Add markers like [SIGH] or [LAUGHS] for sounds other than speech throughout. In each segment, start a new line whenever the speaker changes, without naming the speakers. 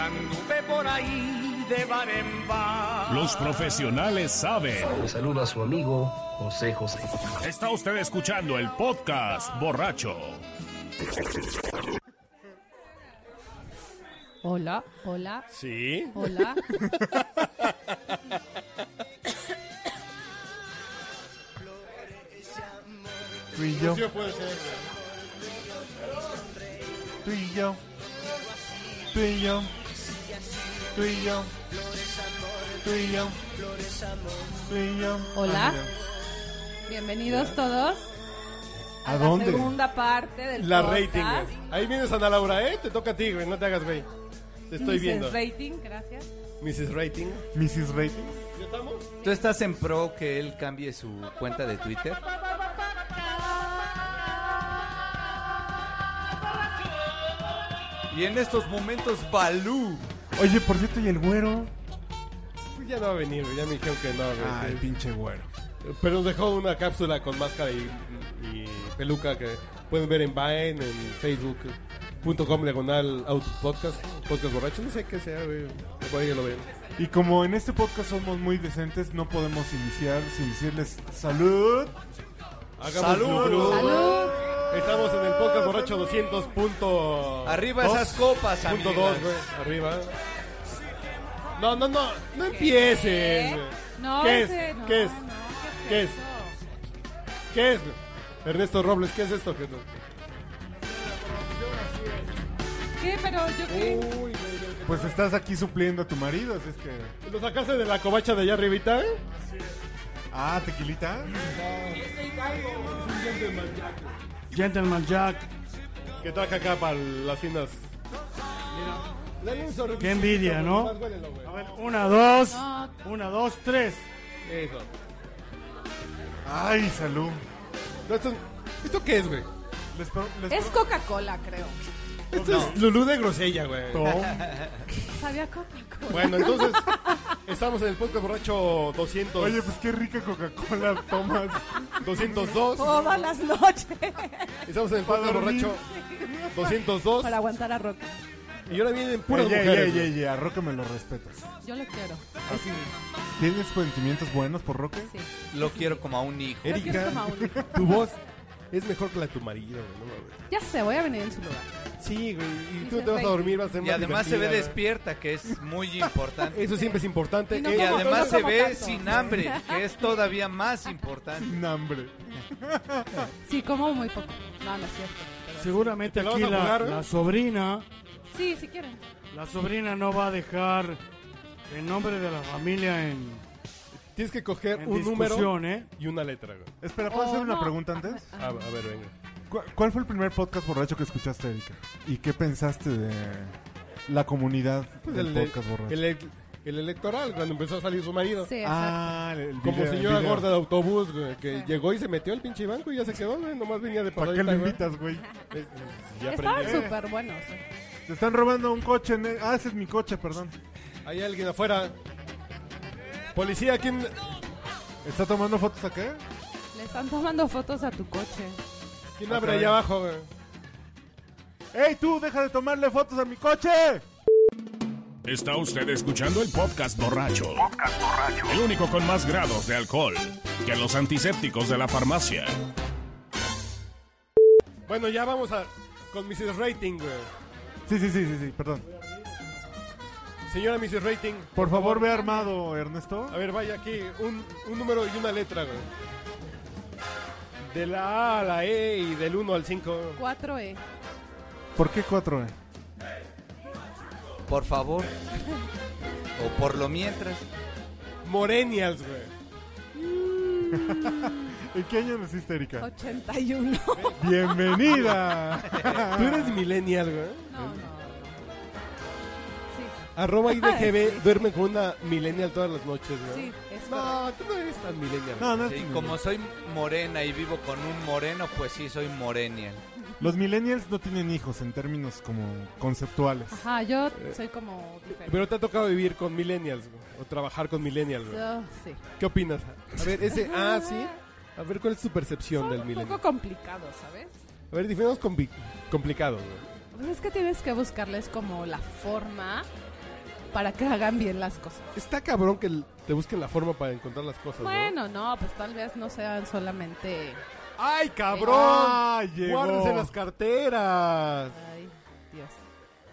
anduve por ahí de bar en bar.
Los profesionales saben.
Le saluda a su amigo José José.
Está usted escuchando el podcast borracho.
Hola, hola,
¿Sí?
[COUGHS]
hola.
Tú y yo,
Sí, puede ser.
tú y yo, tú y yo, tú y yo, tú y yo, tú y yo.
Hola.
Ah, mira.
Bienvenidos todos a,
¿A
la
dónde?
segunda parte del
La
podcast.
rating, güey. Ahí vienes Ana Laura, ¿eh? Te toca a ti, güey. No te hagas, güey. Te estoy
Mrs.
viendo.
rating, gracias.
Mrs. Rating.
Mrs. Rating.
¿Ya estamos?
¿Tú estás en pro que él cambie su cuenta de Twitter? Y en estos momentos, Balú.
Oye, por cierto, ¿y el güero?
Pues ya no va a venir, güey. Ya me dijeron que no, güey.
Ay,
Eh,
pinche güero.
Pero nos dejó una cápsula con máscara y, y peluca que pueden ver en Vine, en Facebook.com, diagonal, podcast, podcast borracho. No sé qué sea, güey. Por ahí ya lo ven.
Y como en este podcast somos muy decentes, no podemos iniciar sin decirles salud.
Hagamos
¡Salud!
grupo.
¡Salud!
Estamos en el podcast borracho 200. Punto...
Arriba
dos.
esas copas,
Punto
amigos.
dos, güey. Arriba. No, no, no. No empieces. güey.
No,
¿Qué
ese-
es?
no,
¿Qué es?
no,
¿Qué
es
es?
eso?
¿Qué es? güey? Ernesto Robles, ¿qué es esto? Que no-
¿Qué? Pero yo qué.
Uy,
Pues estás aquí supliendo a tu marido, así es que.
¿Lo sacaste de la covacha de allá arribita? eh?
Ah, tequilita.
Gentleman Jack,
Que traje acá para las finas. Dale un sorbito,
Qué envidia, ¿no?
nomás huélelo, güey.
a ver, una, dos,
No.
una, dos, tres.
Eso.
Ay, salud.
No, esto, ¿Esto qué es, güey?
Les pro-
pues
les
Es
pro-
Coca-Cola, creo.
Esto es Lulú de grosella, güey.
Sabía Coca-Cola.
[LAUGHS] Bueno, entonces, estamos en el podcast borracho 200.
Oye, pues qué rica Coca-Cola tomas.
202.
Todas las noches.
Estamos en el podcast
dormir.
borracho 202.
Para aguantar a Roca.
Y ahora vienen puras
Ey, ey,
mujeres.
ey,
güey.
ey, ey, a Roque me lo respetas.
Yo lo quiero.
Ah,
Ah,
¿Tienes sentimientos buenos por Roque?
Sí.
Lo quiero como a un hijo.
Yo quiero como a
Erika,
un hijo.
tu voz es mejor que la de tu marido, güey. no mames.
Ya sé, voy a venir en su lugar.
Sí, güey. Y
Y
tú
se
te vas a
ve.
dormir, vas a ser
Y
más
además se ve
divertida, güey.
despierta, que
[LAUGHS]
es muy importante.
Eso siempre es importante.
Y no
Eh,
Y
como-
además
no
se
como
ve
tanto.
sin hambre, que es todavía más importante.
Sin hambre.
Sí, como muy poco. No, no es cierto.
Seguramente
¿Te la
aquí
vas a
la,
jugar, eh?
la sobrina,
Sí, si quieren.
la sobrina no va a dejar el nombre de la familia en,
Tienes que coger
en
un número
discusión, ¿eh?
y una letra, güey. Ah,
Espera, ¿puedo hacer
Oh,
una
no.
pregunta
[LAUGHS]
antes?
A, a ver, venga.
¿Cu- ¿Cuál fue el primer podcast borracho que escuchaste, Erika? ¿Y qué pensaste de la comunidad
Pues
del
el,
podcast borracho?
el, el, el electoral, cuando empezó a salir su marido.
Sí, exacto.
ah, el, el
Como
video- el
señora
video.
gorda de autobús, güey, que
Sí.
llegó y se metió al pinche banco y ya se quedó, güey. Nomás venía de
¿Para
pasadita,
qué le
güey.
invitas,
[LAUGHS]
güey?
Es- ya
Estaban
aprendí.
súper buenos. eh.
Te están robando un coche. ne- Ah, ese es mi coche, perdón.
Hay alguien afuera. Policía, ¿quién?
¿Está tomando fotos acá?
Le están tomando fotos a tu coche.
¿Quién
Ah,
abre
caray.
allá abajo, güey?
¡Ey, tú! ¡Deja de tomarle fotos a mi coche!
Está usted escuchando el podcast borracho. El único con más grados de alcohol que los antisépticos de la farmacia.
Bueno, ya vamos a con Mrs. Rating, güey.
Sí, sí, sí, sí, sí, perdón.
Señora Mrs. Rating,
Por favor, ve armado, Ernesto.
a ver, vaya aquí un, un número y una letra, güey. De la A a la E y del 1 al 5.
4E.
¿Por qué eh? 4
Por favor. O por lo mientras.
Morenials, güey.
¿En qué año naciste, Erika?
81.
¡Bienvenida!
[LAUGHS] Tú eres millennial, güey.
No, no. Sí, [LAUGHS]
Arroba IDGB
sí.
duerme con una millennial todas las noches, güey.
sí, es correcto.
No, tú no eres tan millennial.
No, no es
Sí,
tu-
como soy morena y vivo con un moreno, pues sí, soy morenial.
Los millennials no tienen hijos en términos como conceptuales.
Ajá, yo soy como diferente.
Eh, Pero te ha tocado vivir con millennials, güey, O trabajar con millennials, güey.
Yo, sí.
¿Qué opinas? A ver,
[LAUGHS]
ese ah, sí. A ver, ¿cuál es tu percepción del
Son un
milenio?
poco complicado, ¿sabes?
A ver, definamos compli- complicado, güey.
Pues es que tienes que buscarles como la forma para que hagan bien las cosas.
Está cabrón que el- te busquen la forma para encontrar las cosas, Pues ¿no?
Bueno, no, pues tal vez no sean solamente... eh,
¡Ay, cabrón!
Ah, llegó.
¡Guárdense las carteras!
Ay, Dios.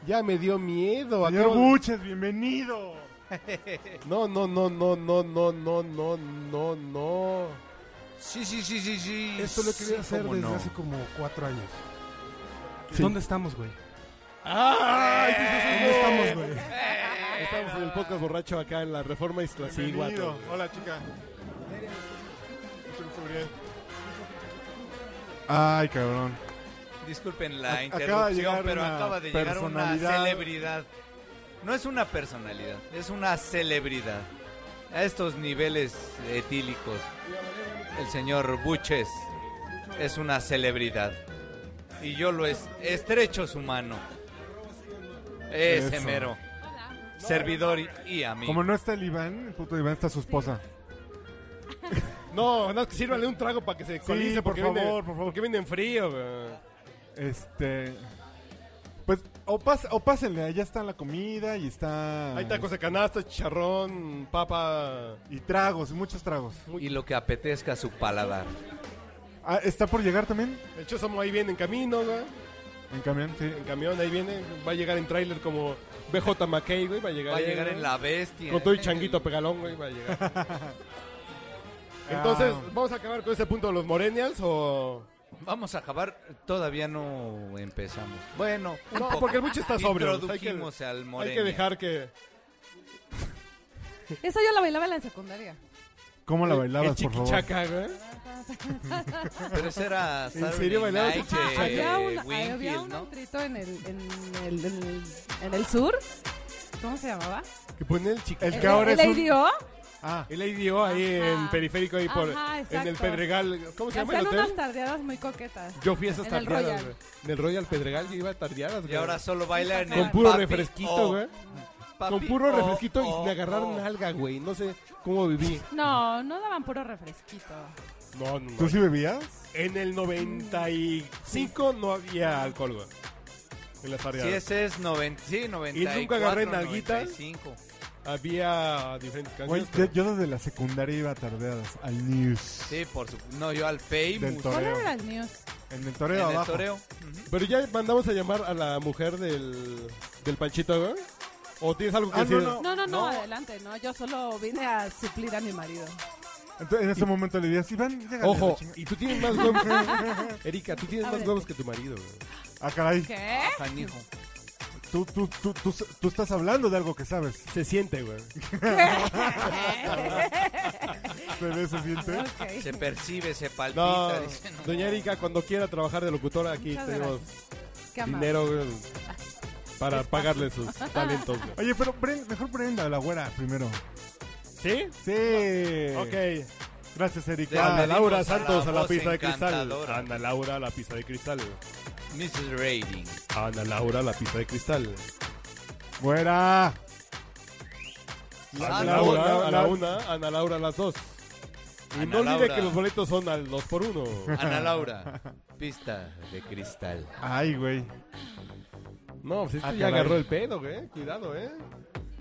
Ya me dio miedo.
Señor
acabo de-
Buches, bienvenido.
[LAUGHS] No, no, no, no, no, no, no, no, no, no.
Sí, sí, sí, sí, sí.
Esto lo quería
Sí,
hacer
cómo
desde
no.
hace como cuatro años.
Sí.
¿Dónde estamos, güey?
¡Ay!
¿Dónde estamos, güey?
Estamos en el podcast borracho acá en la Reforma Isla
Bienvenido.
Ciguato.
Hola, chica. Ay, cabrón.
Disculpen
Ac-
la
acaba de
interrupción,
llegar
pero
una
acaba de llegar una
personalidad.
celebridad. No es una personalidad, es una celebridad. A estos niveles etílicos, el señor Buches es una celebridad. Y yo lo es, estrecho su mano. Ese
Eso.
mero. Servidor y- y amigo.
Como no está el Iván, el puto Iván está su esposa.
No, no, que sírvale un trago para que se actualice.
por
porque viene-
favor, por favor.
Porque viene en frío, güey.
Este. Pues, o, pas, o pásenle, allá está la comida y está.
Hay tacos de canasta, chicharrón, papa.
Y tragos, muchos tragos.
Y lo que apetezca su paladar.
Ah, ¿Está por llegar también?
El chósamo ahí viene en camino, güey.
En camión, sí.
En camión, ahí viene. Va a llegar en tráiler como BJ McKay, güey. Va a llegar
Va a
ahí,
llegar
güey.
en la bestia.
Con todo y changuito pegalón, güey. Va
[LAUGHS]
a llegar.
[LAUGHS]
Ah.
Entonces,
Ah.
¿vamos a acabar con ese punto de los morenials o...?
Vamos a acabar, todavía no empezamos. Bueno, un
No,
poco.
porque el mucho está sobrio. Hay que,
Introdujimos al
hay
Morelia.
que dejar que...
Eso yo la bailaba en la secundaria.
¿Cómo la
El
bailabas, por favor?
chiquichaca, güey.
Pero ese era Saturday
serio bailabas
Night,
Ah,
eh,
había un, había
Winfield,
un
¿no?
antrito en el, en, el, en el- en el sur. ¿Cómo se llamaba? Eh,
Que pone el chiquichaca.
El que ahora
¿El
es un-
IDO?
Ah,
El ADO ahí
Ajá.
en periférico, ahí por,
Ajá,
en el
exacto.
Pedregal. ¿Cómo se llama el
Hacían
hotel?
unas tardeadas muy coquetas.
Yo fui a esas
En el
tardeadas,
Royal.
güey. En el Royal Pedregal yo iba a tardeadas,
Y ahora solo bailan
Con
el
Con puro
papi,
refresquito,
oh,
güey.
papi,
Con puro
oh,
refresquito y
oh,
sin agarrar
oh.
nalga, güey. No sé cómo viví.
No, no daban puro refresquito.
No, no,
¿tú sí bebías?
En el 95 no había alcohol, güey. En las
Sí,
tardeadas.
ese es 90, sí, 94,
nunca agarré nalguitas?
95.
Había diferentes
Güey,
canciones.
yo, yo desde la secundaria iba a tardeadas al news.
Sí, por su... No, yo al Famous.
Del
¿Cuál
Toreo.
eran las news?
En el
En
toreo
el
abajo.
toreo. Ujú.
Pero ya mandamos a llamar a la mujer del, del Panchito, güey. ¿O tienes algo que
Ah, no,
decir?
no.
No, no, no,
No.
adelante, no. Yo solo vine a suplir a mi marido.
Entonces, en ese momento le dirías, Iván, llégale a la
Ojo,
chingada".
y tú tienes
[LAUGHS]
más huevos. Erika, tú tienes más
Ábrete.
huevos que tu marido, güey.
Ah, caray.
¿Qué?
Canijo.
Tú, tú, tú, tú, tú estás hablando de algo que sabes.
Se siente, güey.
¿Se ve, se siente?
Ah,
Ok.
Se percibe, se
No,
palpita. dice, no.
doña Erika, cuando quiera trabajar de locutora, aquí
Muchas
tenemos
Qué amable.
dinero güey, para
[LAUGHS]
pagarle
[LAUGHS]
sus talentos. güey.
Oye, pero pren- mejor prenda la güera primero.
¿Sí?
Sí.
Ok.
Gracias,
De
Erika.
Ana
Ana
Ah, Laura
Laura
Santos a la
voz
pista de cristal.
encantadora.
Ana Laura a la pista de cristal. güey.
Mrs. Rating.
Ana Laura a la pista de cristal.
Güera.
Ana
Ah,
Laura
no,
a
no,
la
no.
una, Ana Laura a las dos. Y
Ana
no olvide
Laura.
que los boletos son al dos por uno.
Ana Laura, pista de cristal.
Ay, güey.
No, pues [LAUGHS] esto
Ah,
ya
caray.
agarró el pedo, güey. Cuidado, eh.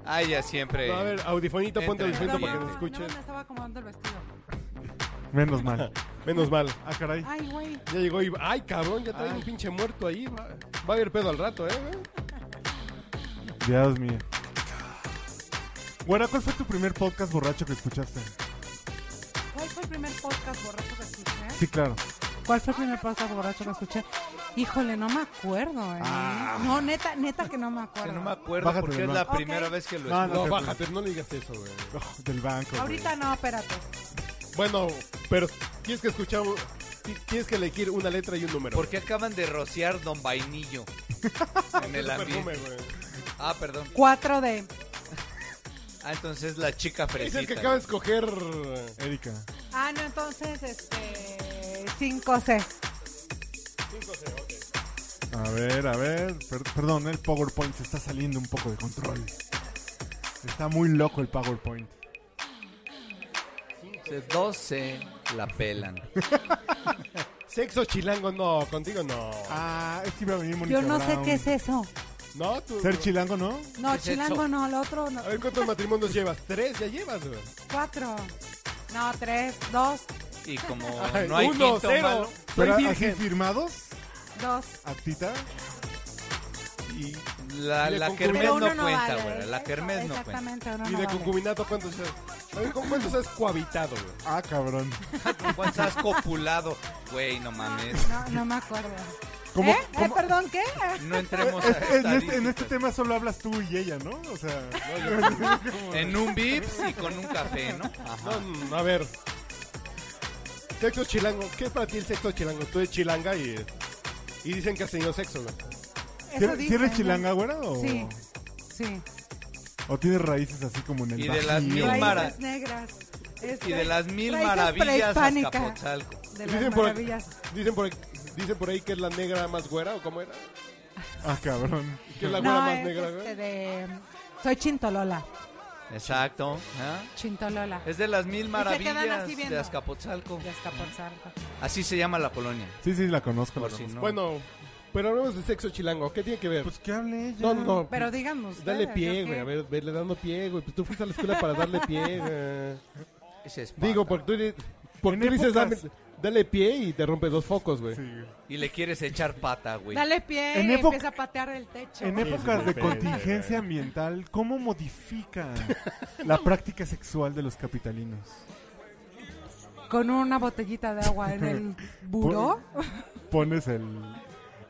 Ah, ya siempre.
No, a ver, audifonito, ponte
Entra.
audifonito
Perdón,
para que
no,
nos
no
escuchen.
me estaba acomodando el vestido.
Menos mal.
Menos mal.
Ah, caray.
Ay, güey.
Ya llegó y... Ay, cabrón, ya trae un pinche muerto ahí. Va, va a haber pedo al rato, ¿eh? güey?
Dios mío. Güera, ¿cuál fue tu primer podcast borracho que escuchaste?
¿Cuál fue el primer podcast borracho que escuché?
¿eh?
Sí, claro.
¿Cuál fue el primer podcast borracho que escuché? Híjole, no me acuerdo, eh.
Ah.
No, neta, neta que no me
Que
acuerdo.
no me acuerdo
Bájate
porque
del
es la
banco.
primera
Ok.
vez que lo
No,
escucho.
No,
sé,
bájate, no le digas eso, güey.
Oh, del banco. güey.
Ahorita no, espérate.
Bueno, pero tienes que escuchar... un- ti- Tienes que elegir una letra y un número.
Porque acaban de rociar Don Vainillo [LAUGHS] en el ambiente.
perfume, güey.
Ah, perdón.
4D.
Ah, entonces la chica
Es el que
fresita.
acaba de escoger...
Erika.
Ah, no, entonces, este. 5C.
A ver, a ver. Per- perdón, el PowerPoint se está saliendo un poco de control. Está muy loco el PowerPoint.
Entonces, 12 la pelan.
[LAUGHS] Sexo chilango, no. Contigo, no.
Ah, es que iba a venir Mónica
Yo no sé
Brown.
qué es eso.
No, tú.
Ser chilango, ¿no?
No,
¿Qué es
chilango
eso?
no, el otro no.
A ver cuántos matrimonios llevas. Tres ya llevas, güey.
Cuatro. No, tres, dos,
Y como
[LAUGHS] Ay,
Oh, no hay
uno,
quinto
cero.
malo,
Pero
Soy
así
virgen.
firmados,
[LAUGHS]
dos.
actita.
Y,
la,
Y de
la
concubina.
Kermés
Pero
no
uno no
cuenta,
vale.
güey. La
eso,
Kermés no cuenta.
Exactamente, uno
y
no
de
vale.
concubinato, ¿cuántos has? A ver, ¿con cuántos has cohabitado, güey?
Ah, cabrón.
¿Cuántos has copulado? Güey, no mames.
No, no me acuerdo.
Como-
¿Eh? ¿Eh,
como-
¿Perdón qué?
No entremos a
Es- en, este, en este
estadísticas.
tema solo hablas tú y ella, ¿no? O sea,
[LAUGHS] [LAUGHS]
[LAUGHS]
En un Vips y con un café, ¿no? Ajá.
No, no, a ver. Sexo chilango. ¿Qué es para ti el sexo chilango? Tú eres chilanga y. eh, Y dicen que has tenido sexo, güey.
¿sí
Eso
eres- sí
dicen,
eres
¿no?
chilanga, güera? O,
Sí, sí.
¿O tienes raíces así como en el
Y de las
Bajío?
mil
Raíces
mara-
negras. Este,
Y de las mil
raíces
maravillas
prehispánicas.
Azcapotzalco.
De
Dicen
las
por,
maravillas.
dicen, por, dicen por ahí que es la negra más güera, ¿o cómo era?
Ah, cabrón.
Que es la güera
No,
más
es
negra,
este
güey.
de... Soy Chintolola.
Exacto. ¿ah?
Chintolola.
Es de las mil maravillas
así viendo.
de Azcapotzalco.
De Azcapotzalco.
Así se llama la colonia.
Sí, sí, la conozco.
Por
la
si
conozco.
no.
Bueno, pero hablamos de sexo chilango. ¿Qué tiene que ver?
Pues que hable ella.
no, no.
Pero díganos.
Dale pie, güey. A ver, verle dando pie, güey. Pues tú fuiste a la escuela para darle pie, güey.
Ese es
Digo,
pata.
porque tú, di- porque
En
tú dices dame-
épocas-
dale pie y te rompe dos focos, güey.
Sí.
Y le quieres echar pata, güey.
Dale pie
En
y
época-
empieza a patear el techo.
En
es
épocas
muy
de
feo,
contingencia
güey.
ambiental, ¿cómo modifica la práctica sexual de los capitalinos?
Con una botellita de agua
[LAUGHS]
en el buró.
Pones el,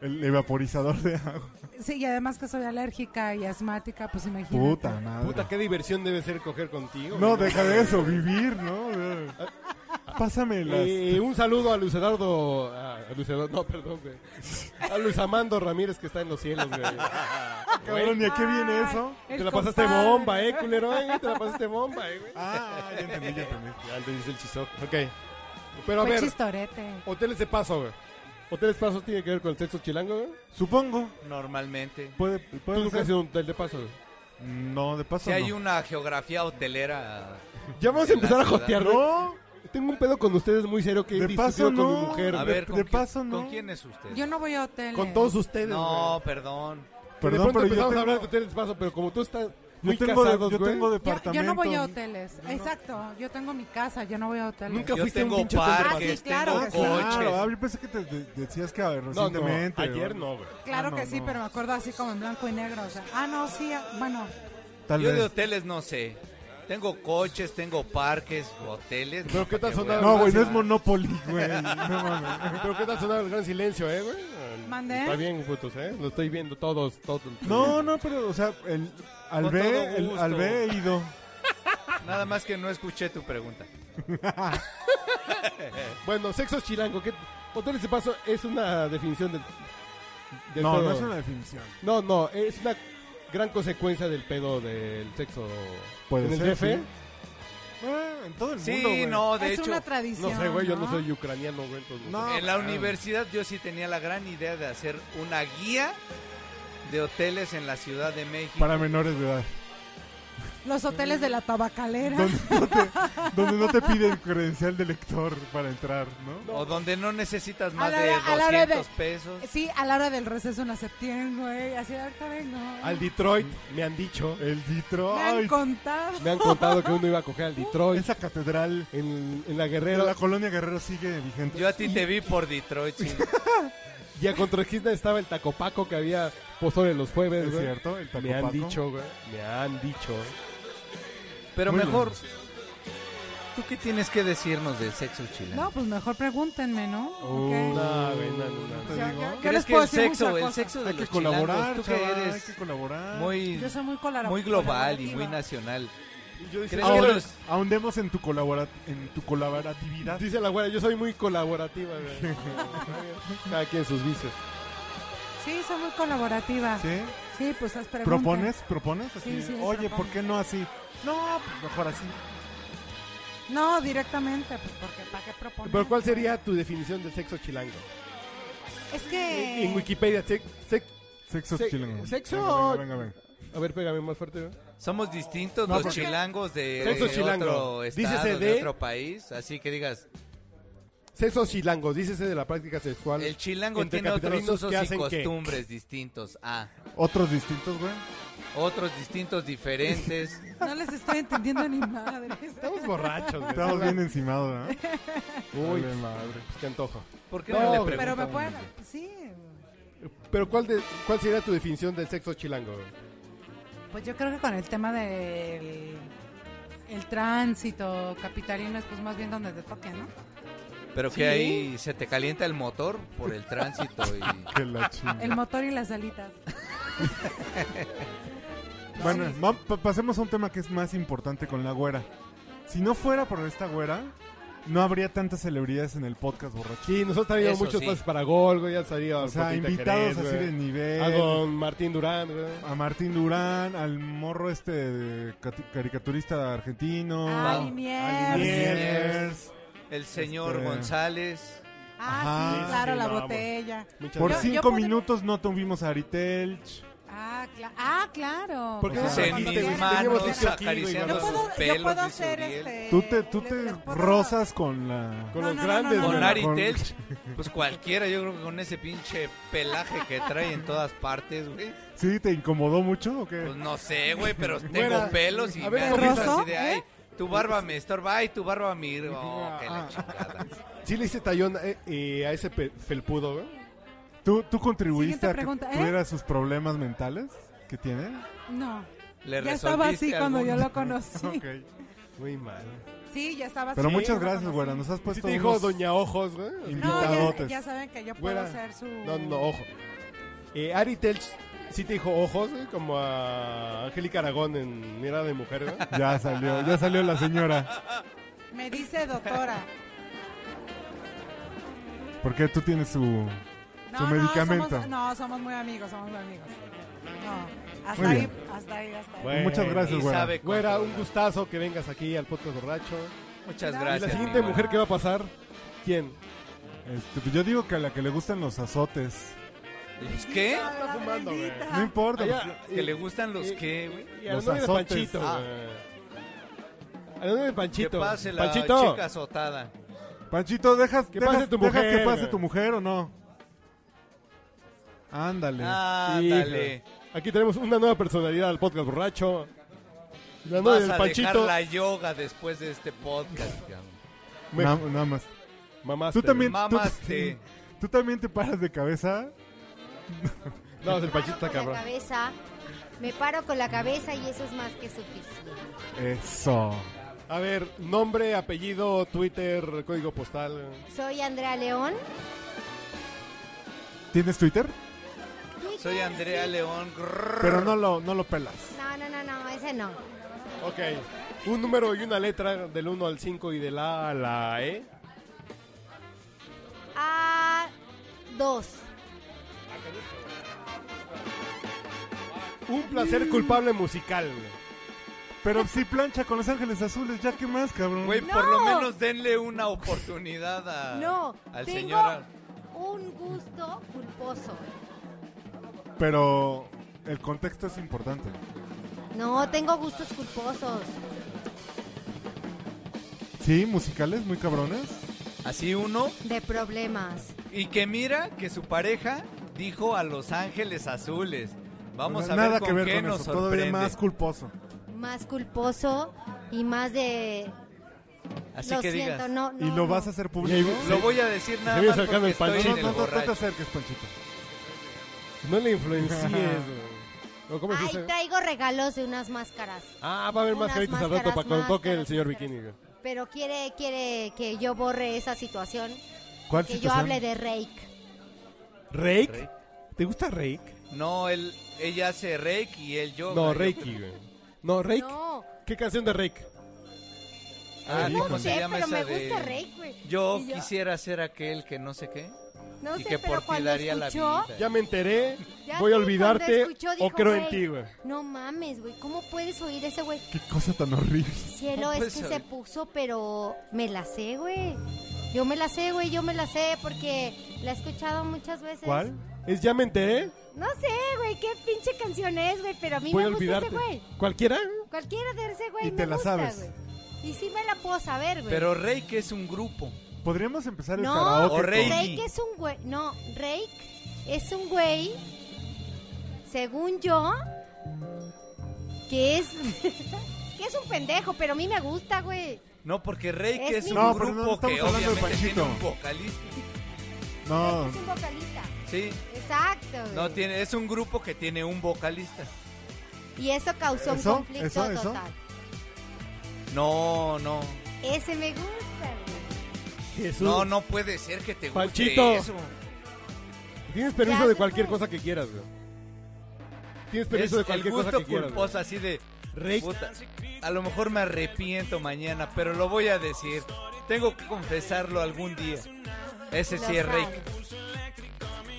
el evaporizador de agua.
Sí, y además que soy alérgica y asmática, pues imagínate.
Puta madre.
Puta, qué diversión debe ser coger contigo.
No,
güey.
deja de eso, vivir, ¿no? Pásame las...
Eh,
Y
[LAUGHS]
un saludo a Luis Eduardo. A Luis Eduardo, no, perdón, güey. A Luis Amando Ramírez que está en los
[LAUGHS]
cielos, güey.
Cabrón, ¿y a qué viene
Ay,
eso?
el
Te la pasaste
compadre.
bomba, eh, culero. eh, te la pasaste bomba, eh, güey.
Ah, ya entendí, ya entendí.
Ya antes el chizo. Ok. Pero a
Fue
ver,
chistorete.
hoteles de paso, güey. ¿Hoteles de paso tiene que ver con el sexo chilango, güey?
Supongo.
Normalmente.
Puede,
Tú
puede
nunca
ser.
has ido a un hotel de paso, güey.
No, de paso
Si hay
no.
una geografía hotelera.
Ya vamos a
De
empezar
la
a
ciudad.
jotear, güey.
No,
Tengo un pedo con ustedes muy serio que he
De paso,
discutido con
no.
mi mujer,
A
güey.
ver, ¿con,
de
quién-
paso, ¿no?
¿con quién es usted?
Yo no voy a hoteles.
Con todos ustedes, güey.
No, perdón.
perdón,
de pronto
pero yo
empezamos a hablar de
tengo,
hoteles de paso, pero como tú estás muy
yo tengo, de-
casados,
yo
güey,
tengo
Yo- yo,
departamento.
no voy a hoteles. Exacto. Yo tengo mi casa, yo no voy a hoteles.
Nunca
Yo
fuiste a un
tengo
pinche hotel de paso.
Ah,
parques,
sí, claro
tengo
que sí.
coches.
Claro, ah, yo pensé que te de- decías que
No, no,
recientemente.
ayer
o-
no, güey.
Claro
Ah, no,
que sí,
no.
pero me acuerdo así como en blanco y negro. O sea, ah, no, sí, ah, bueno.
Tal
Yo de
vez.
hoteles no sé. Tengo coches, tengo parques, hoteles.
Pero ¿qué tal
¿para voy a
sonaba?
No,
hablar?
güey, no es Monopoly, güey. No mames.
Pero qué tal sonaba el gran silencio, eh, güey.
¿Mandé?
Está bien, putos, eh. Lo estoy viendo todos, todos.
No, no, pero, o sea, el, al
Con
B,
todo
el,
gusto.
al B he ido.
Nada más que no escuché tu pregunta.
[LAUGHS] Bueno, sexo chilango. ¿qué? Hoteles de paso es una definición del. del
No,
pedo.
no es una definición.
No, no, es una gran consecuencia del pedo del sexo.
Puede
¿En el
ser,
DF?
sí. Eh, en todo el
Sí,
mundo, güey.
no, de
es
hecho.
una tradición.
No sé, güey, yo no soy ucraniano, güey. entonces no
No,
sé.
En la
Ah.
universidad yo sí tenía la gran idea de hacer una guía de hoteles en la Ciudad de México.
Para menores de edad.
Los hoteles de la tabacalera.
Donde no te, donde no te piden credencial de lector para entrar, ¿no?
O donde no necesitas
A
más
la
de
hora- a la hora de-
200 pesos.
Sí, a la hora del receso en la septiembre, güey. Así ahorita vengo.
Al Detroit me han dicho.
El
Me han
Detroit.
contado.
Me han contado que uno iba a coger al Detroit.
Esa catedral
En, en la
de
Guerrero.
la colonia Guerrero sigue vigente.
Yo a ti te vi por Detroit. sí.
Y a Contraesquina estaba el Tacopaco que había pozole los jueves,
Es
güey.
cierto, el
Me han
Tacopaco.
dicho, güey. Me han dicho.
Pero
Muy
mejor, ¿tú qué tienes que decirnos del sexo chileno?
No, pues mejor pregúntenme, ¿no? Ok.
No, güey, no, no, no.
Te
O sea,
digo,
yo- yo
¿Crees
les
que
puedo
el
decir
sexo,
mucha
el
cosa.
sexo de
Hay que
los colaborar,
colaborar,
tú que
chaval,
eres
hay que colaborar.
muy,
Yo soy muy colabora-
muy global y muy
colaborativa.
nacional.
Yo dice,
¿Crees
ah,
que
bueno,
los-
Ahondemos en tu, colabora- en tu colaboratividad.
dice la güera, yo soy muy colaborativa,
[LAUGHS]
güey. Cada quien sus vicios.
Sí, soy muy colaborativa. Sí,
¿Sí?
pues las preguntas.
¿Propones? ¿Propones? Así,
Sí, sí,
Oye,
propongo.
¿por qué no así? No, pues Ah, mejor así.
No, directamente, pues porque ¿para qué proponer?
Pero ¿cuál sería tu definición de sexo chilango?
Es que...
En Wikipedia, sex, sex-
Sexo
Se-
chilango.
sexo-
Venga, venga, venga.
A ver, pégame más fuerte, güey.
Somos distintos
No,
los
porque-
chilangos de,
Sexo
de
chilango.
otro estado,
Dícese
de...
de-
otro país. Así que digas,
Sexo chilango, dícese de la práctica sexual.
el chilango
entre
tiene otros
capitalinos
usos
que
y
hacen que-
costumbres distintos. Ah,
Otros distintos, güey.
Otros distintos, diferentes.
No les estoy entendiendo ni madres.
Estamos borrachos, güey.
Estamos bien encimados, ¿no?
Uy, madre. Pues qué antojo.
¿Por qué no, le
No,
preguntan?
Pero me pueden. Sí.
Pero ¿cuál, de, cuál sería tu definición del sexo chilango? güey?
Pues yo creo que con el tema del. El tránsito capitalino es pues más bien donde te toque, ¿no?
Pero que ahí se te calienta el motor por el tránsito y...
Que la chingada.
El motor y las [LAUGHS] alitas.
Bueno, ma- pa- pasemos a un tema que es más importante con la güera. Si no fuera por esta güera, no habría tantas celebridades en el podcast borracho.
Sí, nosotros traíamos
Eso
muchos
sí.
pases para gol, güey. Ya salió
O sea, invitados así de nivel.
A don Martín Durán, güey.
A Martín Durán, al morro este de cati- caricaturista argentino.
Ah,
Wow.
a
Liniers.
Liniers.
El señor
Este-
González.
Ah,
Ajá.
sí, claro,
Sí,
la
lo amo.
botella.
Muchas
Por
Yo-
gracias.
sí.
cinco
podría-
minutos no tuvimos a Ari Telch.
Ah, cla- ah, claro.
¿Por qué
claro,
no se
en
cuando
llamaste,
mis
güey?
quieran.
Teníamos
manos
dicho aquí, güey,
acariciando
Yo
¿verdad?
sus
puedo, yo
pelos,
puedo
dice
hacer
Uriel.
este.
Tú te, tú
le-
te
les puedo-
rozas con la...
Con
No,
los
no, no,
grandes,
no, no,
güey.
Con
no.
Ari
Con-
Telch, pues cualquiera, yo creo que con ese pinche pelaje que trae en todas partes, güey.
¿Sí? ¿Te incomodó mucho o qué?
Pues no sé, güey, pero tengo
Güera.
pelos y
A
me
ver,
agarras
¿rozo?
así de, ay, tu barba me estorba, ay, tu barba me... ir- Oh, que la
Ah.
chingada.
Sí le hice tallón eh, eh, a ese pe- felpudo, güey.
¿Tú, tú contribuiste
Siguiente
a que
pregunta, ¿eh?
tuviera sus problemas mentales que tiene?
No.
Le
ya estaba así
resolviste
cuando yo
algún- [LAUGHS]
[LAUGHS] lo conocí.
Ok.
Muy mal.
Sí, ya estaba así.
Pero
yo
muchas
lo
gracias,
conocí.
güera. Nos has
Sí
puesto
te dijo
unos
Doña Ojos, güey.
No, ya,
invitadotes.
ya saben que yo puedo
Güera.
hacer su.
No, no, ojo. Eh, Ari Telch sí te dijo ojos, güey, como a Angélica Aragón en Mirada de Mujer, güey.
Ya salió, ya salió la señora.
Me dice [LAUGHS] doctora.
Porque tú tienes su...
No,
Su
no,
medicamento.
somos- no, somos muy amigos, somos muy amigos. No, hasta
Muy
ahí,
bien.
hasta ahí, hasta ahí.
Bueno.
Muchas gracias,
Y
güera.
sabe
Güera,
cuánto-
un gustazo que vengas aquí al podcast borracho.
Muchas
Y la
¿Y la
gracias.
siguiente
mi
mujer que va a pasar? ¿Quién?
Este, pues yo digo que a la que le gustan los azotes.
güey. ¿Los qué?
Está
fumando, güey.
No importa. pues,
Allá,
¿Que
eh,
le gustan los
eh,
qué, güey?
Y al
Los
novio de
azotes.
Panchito.
Ah.
güey. Al novio de
Que
Panchito.
pase la
Panchito.
chica azotada.
Panchito, ¿dejas,
Que
dejas-
pase tu
dejas
mujer,
que pase
güey.
tu mujer o no? Ándale.
Ándale.
Aquí tenemos una nueva personalidad al podcast borracho. Y La novia
Vas
del
a dejar
Panchito.
la yoga después de
[LAUGHS]
este podcast, cabrón.
Me-
Na- nada más.
Mamaste,
Tú también-
Mamaste.
[LAUGHS] ¿Tú también te paras de cabeza?
güey. [LAUGHS] No, el Panchito
paro
está
con la
cabrón.
cabeza, me paro con la cabeza y eso es más que suficiente.
Eso.
A ver, nombre, apellido, Twitter, código postal.
Soy Andrea León.
¿Tienes Twitter?
Soy Andrea León. Grrr.
Pero no lo, no lo pelas.
No, no, no, no, ese no.
Ok. Un número y una letra del 1 al 5 y del A a la E.
A dos.
Un placer culpable musical. güey.
Pero si plancha con Los Ángeles Azules, ya qué más, cabrón.
Güey,
No.
por lo menos denle una oportunidad a,
No,
al
tengo
señor. Ar-
un gusto culposo.
Pero el contexto es importante.
No, tengo gustos culposos.
Sí, musicales muy cabrones.
Así uno.
De problemas.
Y que mira que su pareja dijo a Los Ángeles Azules. Vamos a ver
Nada
con
que ver
qué
con
nos
eso.
sorprende.
Todavía más culposo.
Más culposo y más de...
Así
lo
que
siento,
digas.
no, no.
¿Y lo
no.
vas a hacer público?
Lo voy a decir nada
viene
más
acercando
porque
el pan.
estoy
No, no,
en el
no, no te
borracho.
acerques, Panchito.
No le
[LAUGHS]
influencies. güey. ¿O ¿Cómo se
Ay,
dice?
traigo regalos de unas máscaras.
Ah, va a haber
unas
mascaritas al rato
máscaras,
para cuando toque el
máscaras,
señor
máscaras.
Bikini. güey.
Pero quiere, quiere que yo borre esa situación.
¿Cuál
Que yo
situación?
hable de Rake.
¿Rake? ¿Te gusta Rake?
No, él, ella hace reiki y él yoga.
No,
Yo-
Reiki, güey. No, Rake.
No,
¿Qué canción de Rake?
Ah,
no
¿cómo
sé,
se llama
pero
esa
me
de-
gusta Rake, güey.
Yo
Y
quisiera ser aquel que no sé qué.
No
y
sé,
que
pero
por ti
cuando
daría la
escuchó...
vida.
Ya me enteré,
ya
voy a
sé, cuando
olvidarte
escuchó,
o
dijo,
creo en
"Güey,
ti, güey.
No mames, güey, ¿cómo puedes oír ese güey?
Qué cosa tan horrible.
Cielo, es
¿Cómo
que
puedes
se
oír?
puso, pero me la sé, güey. Yo me la sé, güey, yo me la sé porque la he escuchado muchas veces.
¿Cuál?
¿Es ya me enteré?
No sé, güey, qué pinche canción es, güey, pero a mí
Voy a
me gusta
olvidarte.
ese güey.
¿Cualquiera?
Cualquiera de ese güey
Y
me
te la
gusta,
sabes.
güey. Y sí me la puedo saber, güey.
Pero reiki es un grupo.
Podríamos empezar el
No.
karaoke.
O
con-
Reiki.
Rake es un güey, no, Rake es un güey según yo, que es. [LAUGHS] que es un pendejo, pero a mí me gusta, güey.
No, porque Reiki
Es
es,
mi-
un
No,
pero no
grupo
estamos
que
hablando de
obviamente tiene
Panchito.
un vocalista.
No,
Es un vocalista.
Sí,
Exacto, güey.
no tiene, es un grupo que tiene un vocalista.
Y eso causó
¿Eso?
un conflicto
¿Eso? ¿Eso?
total.
No, no.
Ese me gusta, güey.
Jesús.
No, no puede ser que te guste
Panchito.
eso.
Tienes permiso
Ya
de
se
cualquier
fue.
cosa que quieras, güey. Tienes
Es
permiso de
el
cualquier cosa
gusto
que quieras.
culposo así de
Reiki.
puta, A lo mejor me arrepiento mañana, pero lo voy a decir. Tengo que confesarlo algún día. Ese
Lo
sí
sabe.
es Reiki.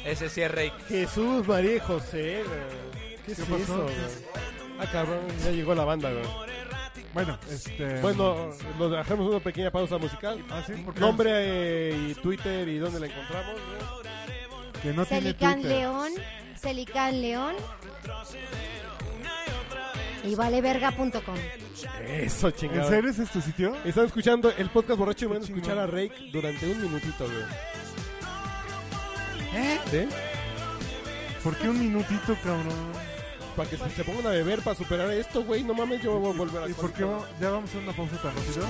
Ese sí es Reiki.
Jesús, María y José, güey. ¿Qué, es
pasó?
eso,
¿Qué
güey?
es?
Ah, cabrón, ya llegó la banda, güey.
bueno, este...
Bueno, nos dejamos una pequeña pausa musical.
Ah, sí, ¿por qué?
Nombre eh, y Twitter y dónde la encontramos, güey.
que no tiene
Celicán
Twitter.
León. Celicán León. Y valeverga.com.
Eso, chingada.
¿En serio es este sitio?
Están escuchando el podcast borracho y van a
Chingón.
escuchar a Rake durante un minutito, güey. ¿Sí?
¿Por qué un minutito, cabrón?
Para que se- se pongan a beber para superar esto, güey. No mames, yo voy a volver a
¿Y por qué va- ya vamos a una pausa tan rápido?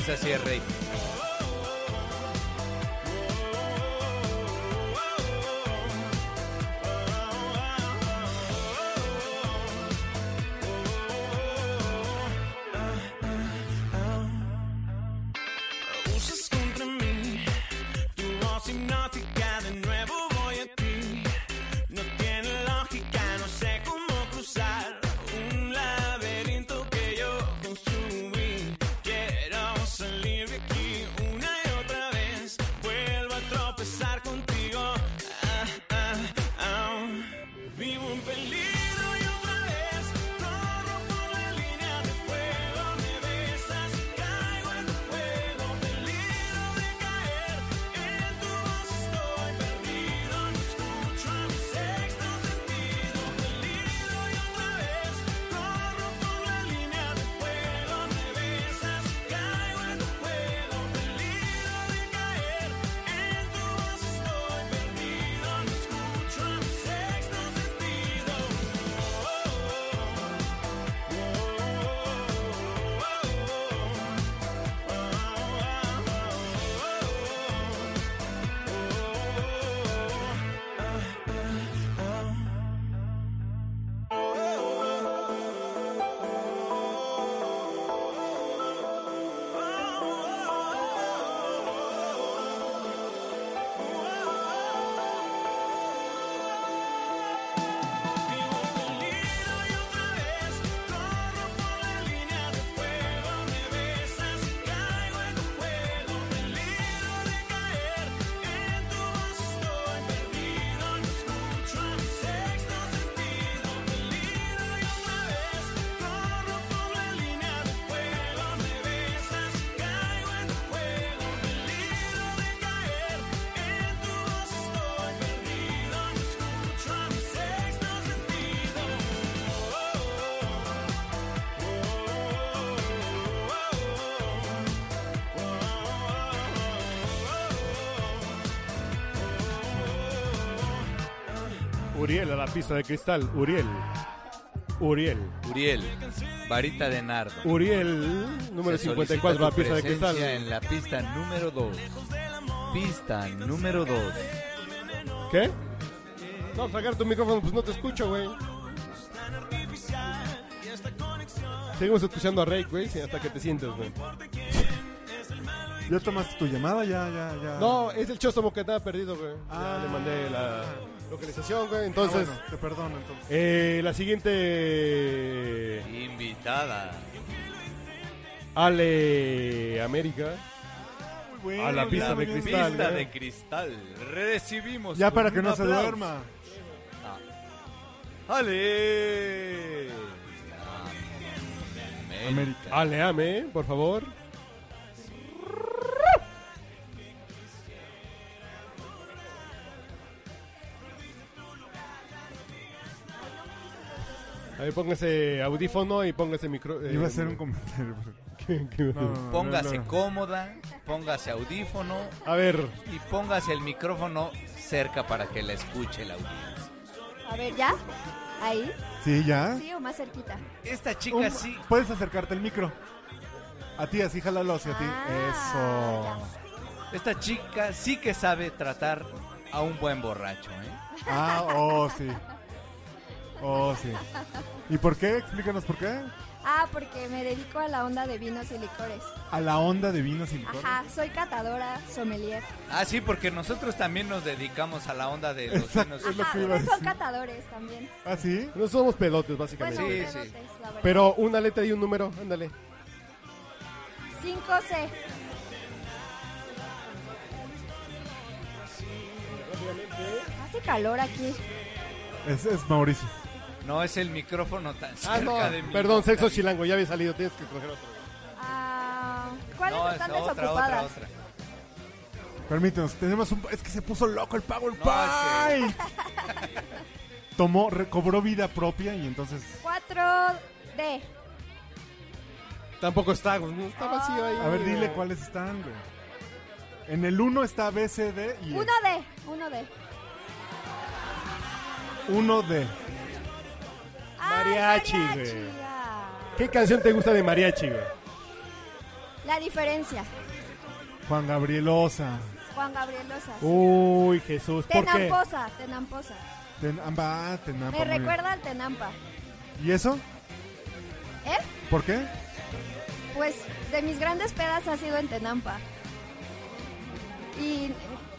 Ese sí es Reiki.
Usas contra mí tu voz hipnótica, de nuevo voy a ti. No tiene lógica, no sé cómo cruzar un laberinto que yo construí. Quiero salir de aquí una y otra vez. Vuelvo a tropezar contigo. Ah, ah, ah. Vivo un peligro y otra vez. No rompo la línea de fuego. Me besas, caigo en tu fuego. Peligro de caer. En tu voz estoy perdido. No escucho a mi sexto sentido. Peligro y otra vez. No rompo la línea de fuego. Me besas, caigo en tu fuego. Peligro de caer. En tu voz estoy perdido. No escucho a mi sexto sentido. Oh,
Uriel a la pista de cristal. Uriel. Uriel.
Uriel, varita de nardo.
Uriel, número
Se
54,
solicita
la
tu
pista de
presencia
cristal.
En la pista número 2. Pista número 2.
¿Qué? No, sacar tu micrófono, pues no te escucho, güey. Seguimos escuchando a Rake, güey, sí, hasta que te sientes, güey.
¿Ya tomaste tu llamada? Ya, ya, ya.
No, es el chóstomo que estaba perdido, güey.
Ah.
Ya le mandé la localización, güey.
Ah,
Entonces,
bueno, te perdono entonces.
eh, la siguiente.
Invitada.
Ale América. a la pista de cristal.
Pista
¿eh?
de cristal. Recibimos.
Ya
con
para que
un
no se
aplauso. Ah.
duerma.
Ale.
América.
Ale Ame, por favor. Ahí póngase audífono y póngase micro. eh,
Iba a hacer un comentario.
[LAUGHS] ¿qué- qué-
No, no, no,
Póngase
no, no.
cómoda, póngase audífono
A ver,
y póngase el micrófono cerca para que la escuche la audiencia.
A ver, ¿ya? ¿Ahí?
Sí, ya.
Sí, o más cerquita.
Esta chica
Un- Puedes acercarte el micro. A ti, así jálalo hacia ti. Eso.
Esta chica sí que sabe tratar a un buen borracho, ¿eh?
Ah, oh, sí. Oh, sí. ¿Y por qué? Explícanos por qué.
Ah, porque me dedico a la onda de vinos y licores.
A la onda de vinos y licores.
Ajá, soy catadora, sommelier.
Ah, sí, porque nosotros también nos dedicamos a la onda de los vinos.
Ajá, ustedes son catadores también.
¿Ah, sí?
No somos pelotes, básicamente.
Bueno, Sí, pelotes, sí. la verdad.
Pero una letra y un número, ándale.
5C. Hace calor aquí.
Es, es Mauricio.
No es el micrófono tan cerca
Ah, no.
de mí.
Perdón, sexo chilango, ya había salido, tienes que coger otro.
Ah, ¿Cuáles
No,
están
es otra,
desocupadas?
otra,
Permítanos, tenemos un... Es que se puso loco el Power Pie. Tomó, recobró vida propia y entonces...
4D.
Tampoco está, güey, no está vacío ahí.
A ver, dile cuáles están, güey. En el 1 está BCD y
1D. 1D.
1D.
Mariachi, güey. ¿Qué canción te gusta de mariachi, güey?
La diferencia.
Juan Gabrielosa.
Juan Gabriel Lozas.
Oh, Uy, Jesús,
Tenamposa, Tenamposa.
Tenampa, ah, Tenampa,
Me
muy bien.
recuerda al Tenampa.
¿Y eso?
¿Eh?
¿Por qué?
Pues de mis grandes pedas ha sido en Tenampa. Y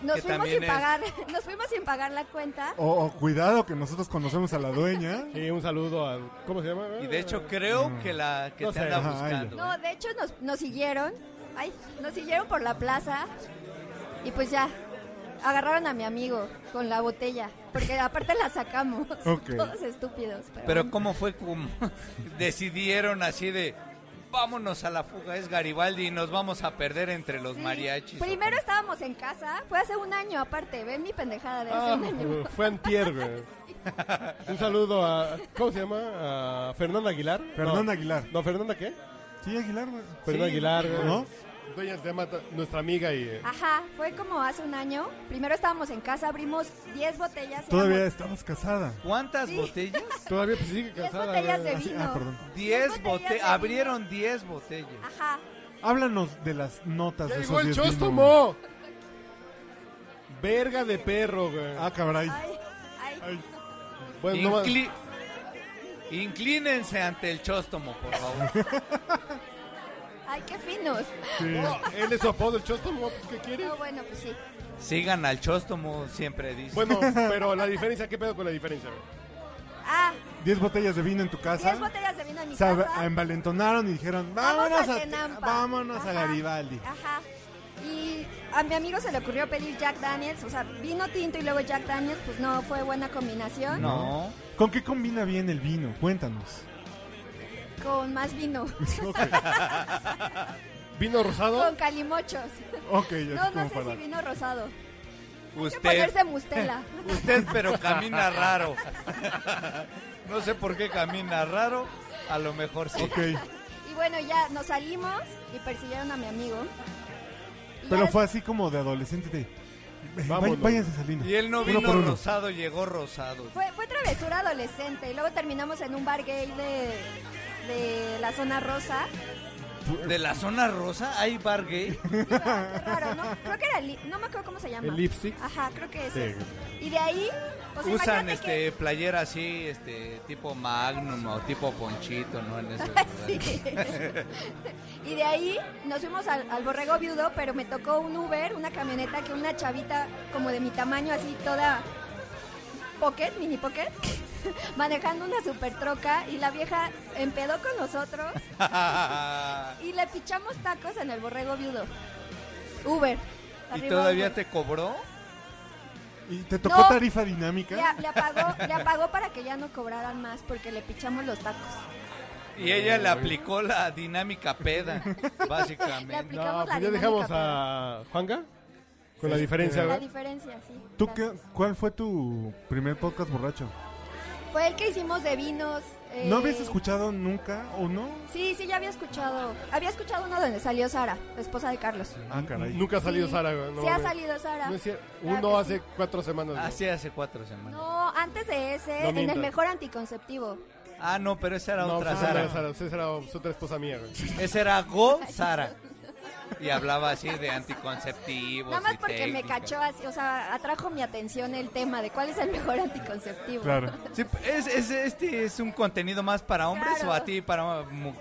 nos
Que
fuimos
también
sin
es-
pagar, [LAUGHS] nos fuimos sin pagar la cuenta.
O, o cuidado que nosotros conocemos a la dueña.
[LAUGHS] Sí, un saludo a... ¿Cómo se llama?
Y de hecho creo
Mm.
que la que
No
te
sé.
anda
Ajá,
buscando.
No, de hecho nos, nos siguieron. Ay, nos siguieron por la plaza. Y pues ya, agarraron a mi amigo con la botella. Porque aparte la sacamos.
Ok.
Todos estúpidos. Pero,
Pero cómo fue como [LAUGHS] decidieron así de vámonos a la fuga es Garibaldi y nos vamos a perder entre los mariachis.
Primero estábamos en casa. Fue hace un año aparte. Ven mi pendejada de hace
Ah,
un año.
fue antier,
[LAUGHS]
güey. Un saludo a... ¿Cómo se llama? A Fernanda Aguilar.
Fernanda
No.
Aguilar.
No, ¿Fernanda qué?
Sí, Aguilar, güey.
Fernanda
Sí.
Aguilar, güey.
¿No?
Dueñas de Mata, nuestra amiga y...
Ah,
eh,
Ajá, fue como hace un año. Primero estábamos en casa, abrimos 10 botellas.
Todavía
éramos-
estabas casada.
¿Cuántas botellas?
Todavía pues sigue casada.
botellas
güey.
de vino.
ah, perdón.
10
botellas de
botellas,
vino.
abrieron 10 botellas.
Ajá.
Háblanos de las notas
Ya
de
llegó
esos
el
10 mil
chóstomo. Verga de perro, güey.
Ah, cabrón.
Ay, ay.
Bueno, no
Incli- Inclínense ante el chóstomo, por favor.
[LAUGHS]
Ay, qué finos.
[LAUGHS]
No, Oh, él es su apodo, el chóstomo, pues, ¿qué quieres?
No, bueno, pues sí.
Sigan al chóstomo, siempre
[LAUGHS]
dice.
Bueno, pero la diferencia, ¿qué pedo con la diferencia, güey?
Ah,
10 botellas de vino en tu casa.
10 botellas de vino en mi
Se
casa.
ab- envalentonaron y dijeron,
Vamos
vámonos
a
a,
Tenampa".
vámonos a
Ajá.
Garibaldi.
Ajá. Y a mi amigo se le ocurrió pedir Jack Daniels, o sea, vino tinto y luego Jack Daniels, pues no fue buena combinación.
¿No? ¿Con qué combina bien el vino?
[LAUGHS]
Cuéntanos.
Con más vino.
¿Vino rosado?
Con calimochos.
Ok, ya
No,
sé
no
cómo
sé
para.
si vino rosado. Hay que
Usted,
ponerse mustela.
usted pero camina raro. No sé por qué camina raro, a lo mejor sí.
Y bueno, ya nos salimos y persiguieron a mi amigo. Y
Pero
ya
fue así como de adolescente de... "Vay-
Vámonos".
Váyanse a Salinas.
Y él no
Uno
vino
por uno.
rosado, llegó rosado.
Fue, fue travesura adolescente y luego terminamos en un bar gay de, de la zona rosa.
¿De la zona rosa hay bar gay?
Qué raro, ¿no? Creo que era, li- no me acuerdo cómo se llama.
¿El lipstick?
Ajá, creo que es
Sí.
ese. Y de ahí, o
[LAUGHS]
sea,
Usan
Pues imagínate
este playera así, este tipo Magnum o tipo Ponchito, ¿no? En esos
[LAUGHS] Sí.
lugares.
que- y de ahí nos fuimos al, al borrego viudo, pero me tocó un Uber, una camioneta que una chavita como de mi tamaño, así toda pocket, mini pocket, [LAUGHS] manejando una super troca y la vieja empedó con nosotros y le pichamos tacos en el borrego viudo. Uber.
¿Y
Arriba
todavía
Uber.
te cobró?
¿Y te tocó
No.
tarifa dinámica?
Le, le
[LAUGHS]
apagó, le apagó para que ya no cobraran más porque le pichamos los tacos.
[LAUGHS] Y ella le aplicó la dinámica
[LAUGHS]
peda, básicamente.
aplicamos la
pues ya dejamos a Juanga con la
Sí.
diferencia,
Este, La
güey.
diferencia, sí.
¿Tú qué, ¿Cuál fue tu primer podcast borracho?
Fue el que hicimos de vinos. eh,
¿No habías escuchado nunca o no?
Sí, sí, ya había escuchado. Había escuchado uno donde salió Sara, la esposa de Carlos.
Ah, caray.
Nunca ha salido
Sí.
Sara, güey. no
sí ha
mames.
salido Sara.
No es cier-
Claro
Uno
que
hace
sí.
cuatro semanas. güey.
Así hace cuatro semanas.
No, antes de ese,
No
en el
mientas.
mejor anticonceptivo.
Ah, no, pero esa era
No,
otra
esa era
Sara.
Sara, pues, esa era otra esposa mía, güey.
Esa era Go Sara. Y hablaba así de anticonceptivos.
Nada más
y
porque me
técnicas.
cachó así, o sea, atrajo mi atención el tema de cuál es el mejor anticonceptivo.
Sí, es, es- ¿Este es un contenido más para hombres
Claro.
o a ti para mu-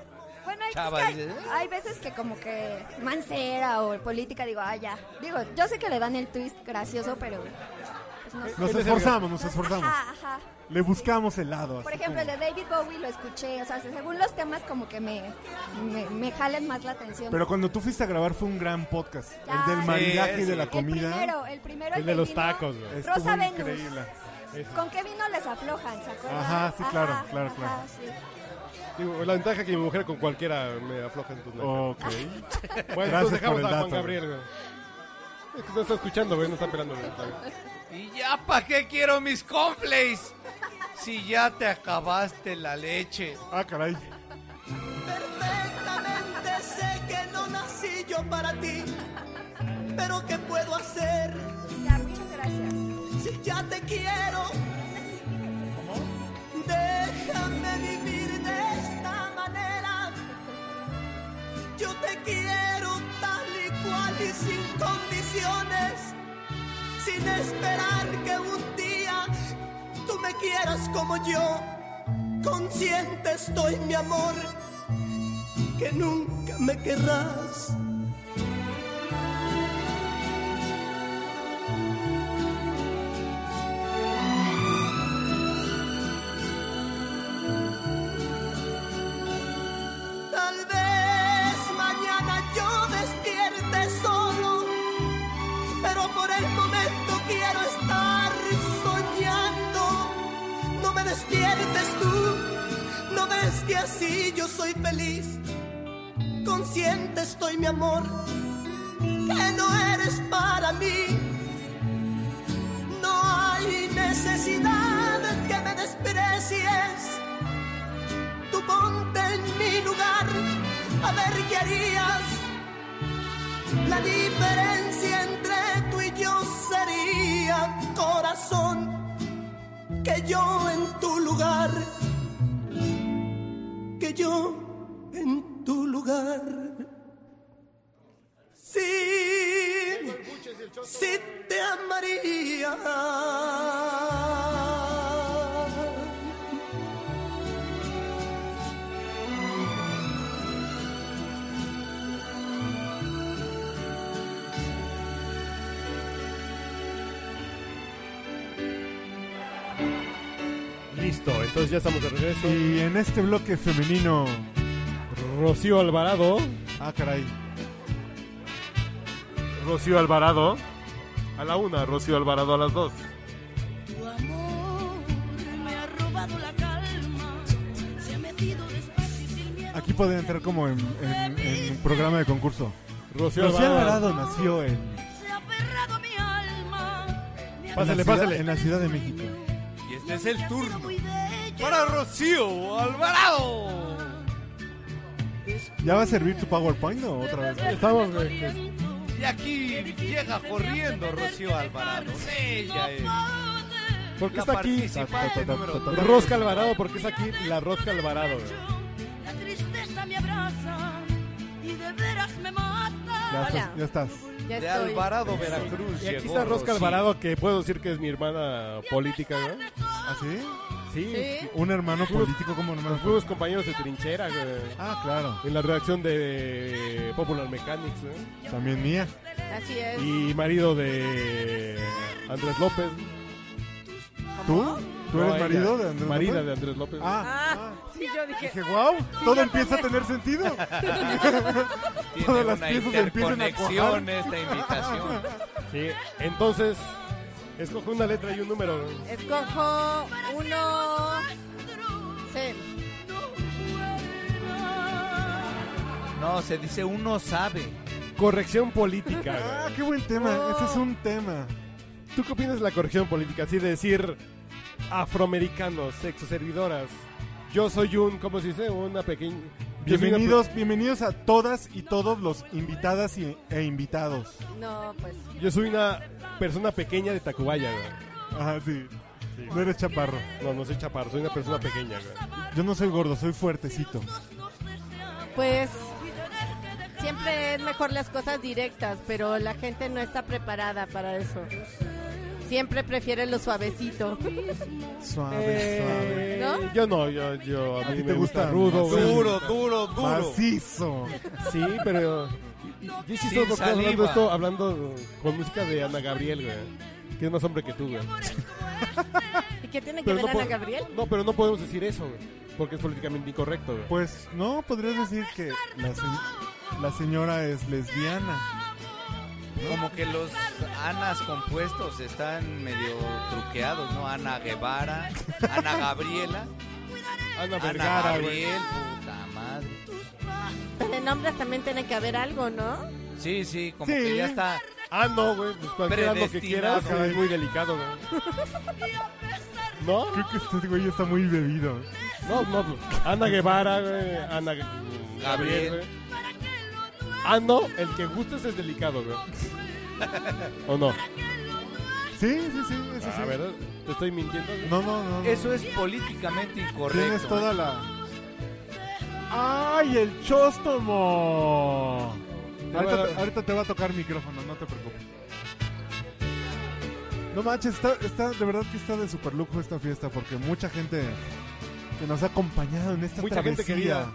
Bueno, hay,
Chava,
es que hay-
dices,
hay veces que como que mancera o política, digo, ah, ya. Digo, yo sé que le dan el twist gracioso, pero... pues, no sé.
Nos esforzamos, nos esforzamos.
Ajá, ajá.
Le buscamos el lado.
Por
así
ejemplo, el
como-
de David Bowie lo escuché, o sea, según los temas como que me, me, me jalan más la atención.
Pero cuando tú fuiste a grabar fue un gran podcast.
Ya,
el del
sí,
maridaje y
sí.
de la
El
comida.
primero, el primero, el que vino-
Estuvo
Rosa Venus.
increíble.
¿Con qué vino les aflojan, se acuerdan?
Ajá, sí, claro, claro,
ajá,
claro.
sí.
Digo, la ventaja es que mi mujer con cualquiera me afloja en tus
Ok.
[LAUGHS] Bueno,
Gracias
entonces
por
dejamos
el
a
dato,
Juan Gabriel, güey. Es que no está escuchando, güey, no está pelando, güey.
¿Y ya para qué quiero mis conflays? Si ya te acabaste la leche.
Ah, caray.
Perfectamente sé que no nací yo para ti, pero ¿qué puedo hacer?
Ya, muchas gracias.
Si ya te quiero, déjame vivir de esta manera. Yo te quiero tal y cual y sin condiciones, sin esperar que un día tú me quieras como yo. Consciente estoy, mi amor, que nunca me querrás. Tal vez mañana yo despierte solo, pero por el momento quiero estar soñando. No me despiertes tú, no ves que así yo soy feliz. Consciente estoy, mi amor, que no eres para mí. No hay necesidad que me desprecies tú ponte en mi lugar, a ver qué harías. La diferencia entre tú y yo sería, corazón, que yo en tu lugar, que yo en tu lugar. Sí, sí te amaría.
Listo, entonces ya estamos de regreso.
Y en este bloque femenino.
Rocío Alvarado.
Ah, caray.
Rocío Alvarado. A la una, Rocío Alvarado a las dos.
Tu amor me ha robado la calma, se ha metido despacio y sin miedo.
Aquí puede entrar como en, en- en programa de concurso.
Rocío
Alvarado
Alvarado.
nació en.
Se ha aferrado a mi alma. me ha
en la
abrazado.
ciudad- En la Ciudad de México.
Y este es Este el turno
Muy bello.
para Rocío Alvarado.
¿Ya va a servir tu PowerPoint o otra vez?
Estamos,
Y aquí llega corriendo Rocío Alvarado. Ella es.
¿Por qué
la
está aquí?
participante número dos.
Rosca Alvarado, porque está aquí la Rosca Alvarado, güey.
La tristeza me abraza y de veras me
Ya
mata.
estás. Ya estás.
Ya
De Alvarado, Veracruz.
Y aquí
llegó
está Rosca
Rocío.
Alvarado, que puedo decir que es mi hermana política, ¿no?
¿Ah, sí?
Sí.
Sí. Un hermano político como hermano.
Fuimos compañeros de trinchera, güey.
Ah, claro.
En la redacción de Popular Mechanics, ¿eh?
También mía.
Así es.
Y marido de Andrés López.
¿Tú? ¿Tú eres
No,
marido
ella,
de Andrés
Marida
López?
de Andrés López.
Ah,
Ah, sí, yo dije.
dije, wow, todo
yo
empieza a tener
también.
sentido.
[LAUGHS]
Tiene
las
una
piezas empiezan a
[LAUGHS]
interconexión
cuajar.
esta invitación.
Sí, entonces, escoge una letra y un número.
Escojo uno. Sí.
No, se dice uno sabe.
Corrección política.
Ah,
güey.
qué buen tema.
Oh.
Ese es un tema.
¿Tú qué opinas de la corrección política? Así de decir afroamericanos, sexo servidoras. Yo soy un, ¿cómo se dice? Una pequeña. yo soy una
Bienvenidos, bienvenidos a todas y todos los invitadas y, e invitados.
No, pues.
pe- Yo soy una persona pequeña de Tacubaya, güey.
Ajá, sí. No eres chaparro.
No, no soy chaparro, soy una persona pequeña.
Yo no soy gordo, soy fuertecito.
Pues siempre es mejor las cosas directas, pero la gente no está preparada para eso. Siempre prefiere lo suavecito.
Suave, suave.
¿No?
Yo Eh, no, yo, yo a mí
ti te
me
gusta
gusta rudo,
más-
güey.
Duro, duro, duro. Macizo.
Sí, pero y- y- yo sí
Sin
estoy hablando
saliva.
esto hablando con música de Ana Gabriel, güey. Que es más hombre que tú, güey.
¿Y qué tiene que
Pero
ver
no
Ana
po-
Gabriel?
No, pero no podemos decir eso, güey, porque es políticamente incorrecto, güey.
Pues no, podrías decir que la, se- la señora es lesbiana.
Como que los Anas compuestos están medio truqueados, ¿no? Ana Guevara, Ana Gabriela,
Ana
Ana
Vergara, güey.
Gabriel, puta madre.
Pero de nombres también tiene que haber algo, ¿no?
Sí, sí, como
Sí.
que ya está.
Ah, no, güey, pues cualquiera lo que
Predestinado.
quieras, güey, es muy delicado, güey. ¿No?
Creo que este güey está muy bebido.
No, no, pues, Ana Guevara, güey, Ana G- Gabriel, güey. Ah, no, el que gustes es delicado, güey. ¿O no?
Sí, sí, sí, eso
Ah,
sí.
¿verdad? Te estoy mintiendo. güey.
No, no, no, no.
Eso es políticamente incorrecto. ¿eh?
Tienes toda la. ¡Ay, el chóstomo!
Te
Ahorita,
va a dar-
ahorita te va a tocar micrófono, no te preocupes. No manches, está, está- de verdad que está de super lujo esta fiesta porque mucha gente que nos ha acompañado en esta
Mucha gente
travesía.
querida.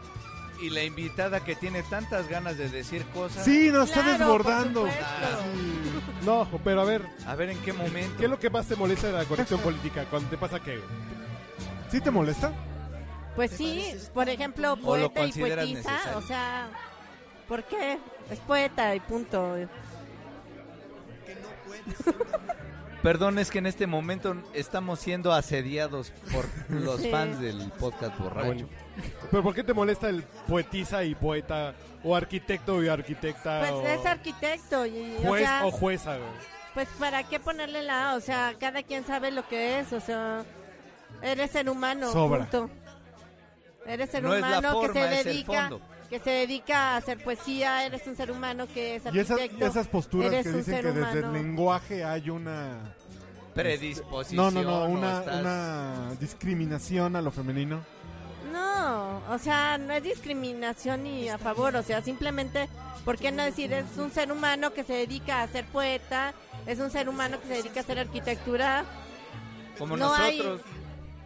Y la invitada que tiene tantas ganas de decir cosas.
Sí, nos está Claro, desbordando. por
No, pero a ver.
A ver en qué momento.
¿Qué es lo que más te molesta de la corrección política? ¿Cuándo te pasa qué?
¿Sí te molesta?
[LAUGHS] Pues sí, por ejemplo,
lo
poeta y
consideras
poetisa,
necesario?
o sea, ¿por qué? Es poeta y punto.
Perdón, es que en este momento estamos siendo asediados [LAUGHS] por los
Sí.
fans del podcast borracho.
Ah, bueno. ¿Pero por qué te molesta el poetisa y poeta? ¿O arquitecto y arquitecta?
Pues
o
es arquitecto y, o
juez
sea,
o jueza, güey?
pues para qué ponerle la, A? o sea, cada quien sabe lo que es, o sea, eres ser humano,
Sobra.
punto. Eres ser
No es la
humano que
forma, es
se
el
dedica
fondo.
que se dedica a hacer poesía, eres un ser humano que es
Y esas,
arquitecto.
y esas posturas
eres
que
un
dicen
ser
que desde el
humano.
lenguaje hay una.
Predisposición,
No, no, no,
o
una,
estás-
una discriminación a lo femenino.
No, o sea, no es discriminación ni a favor, o sea, simplemente, ¿por qué no decir es un ser humano que se dedica a ser poeta, es un ser humano que se dedica a hacer arquitectura?
Como
No hay-
nosotros,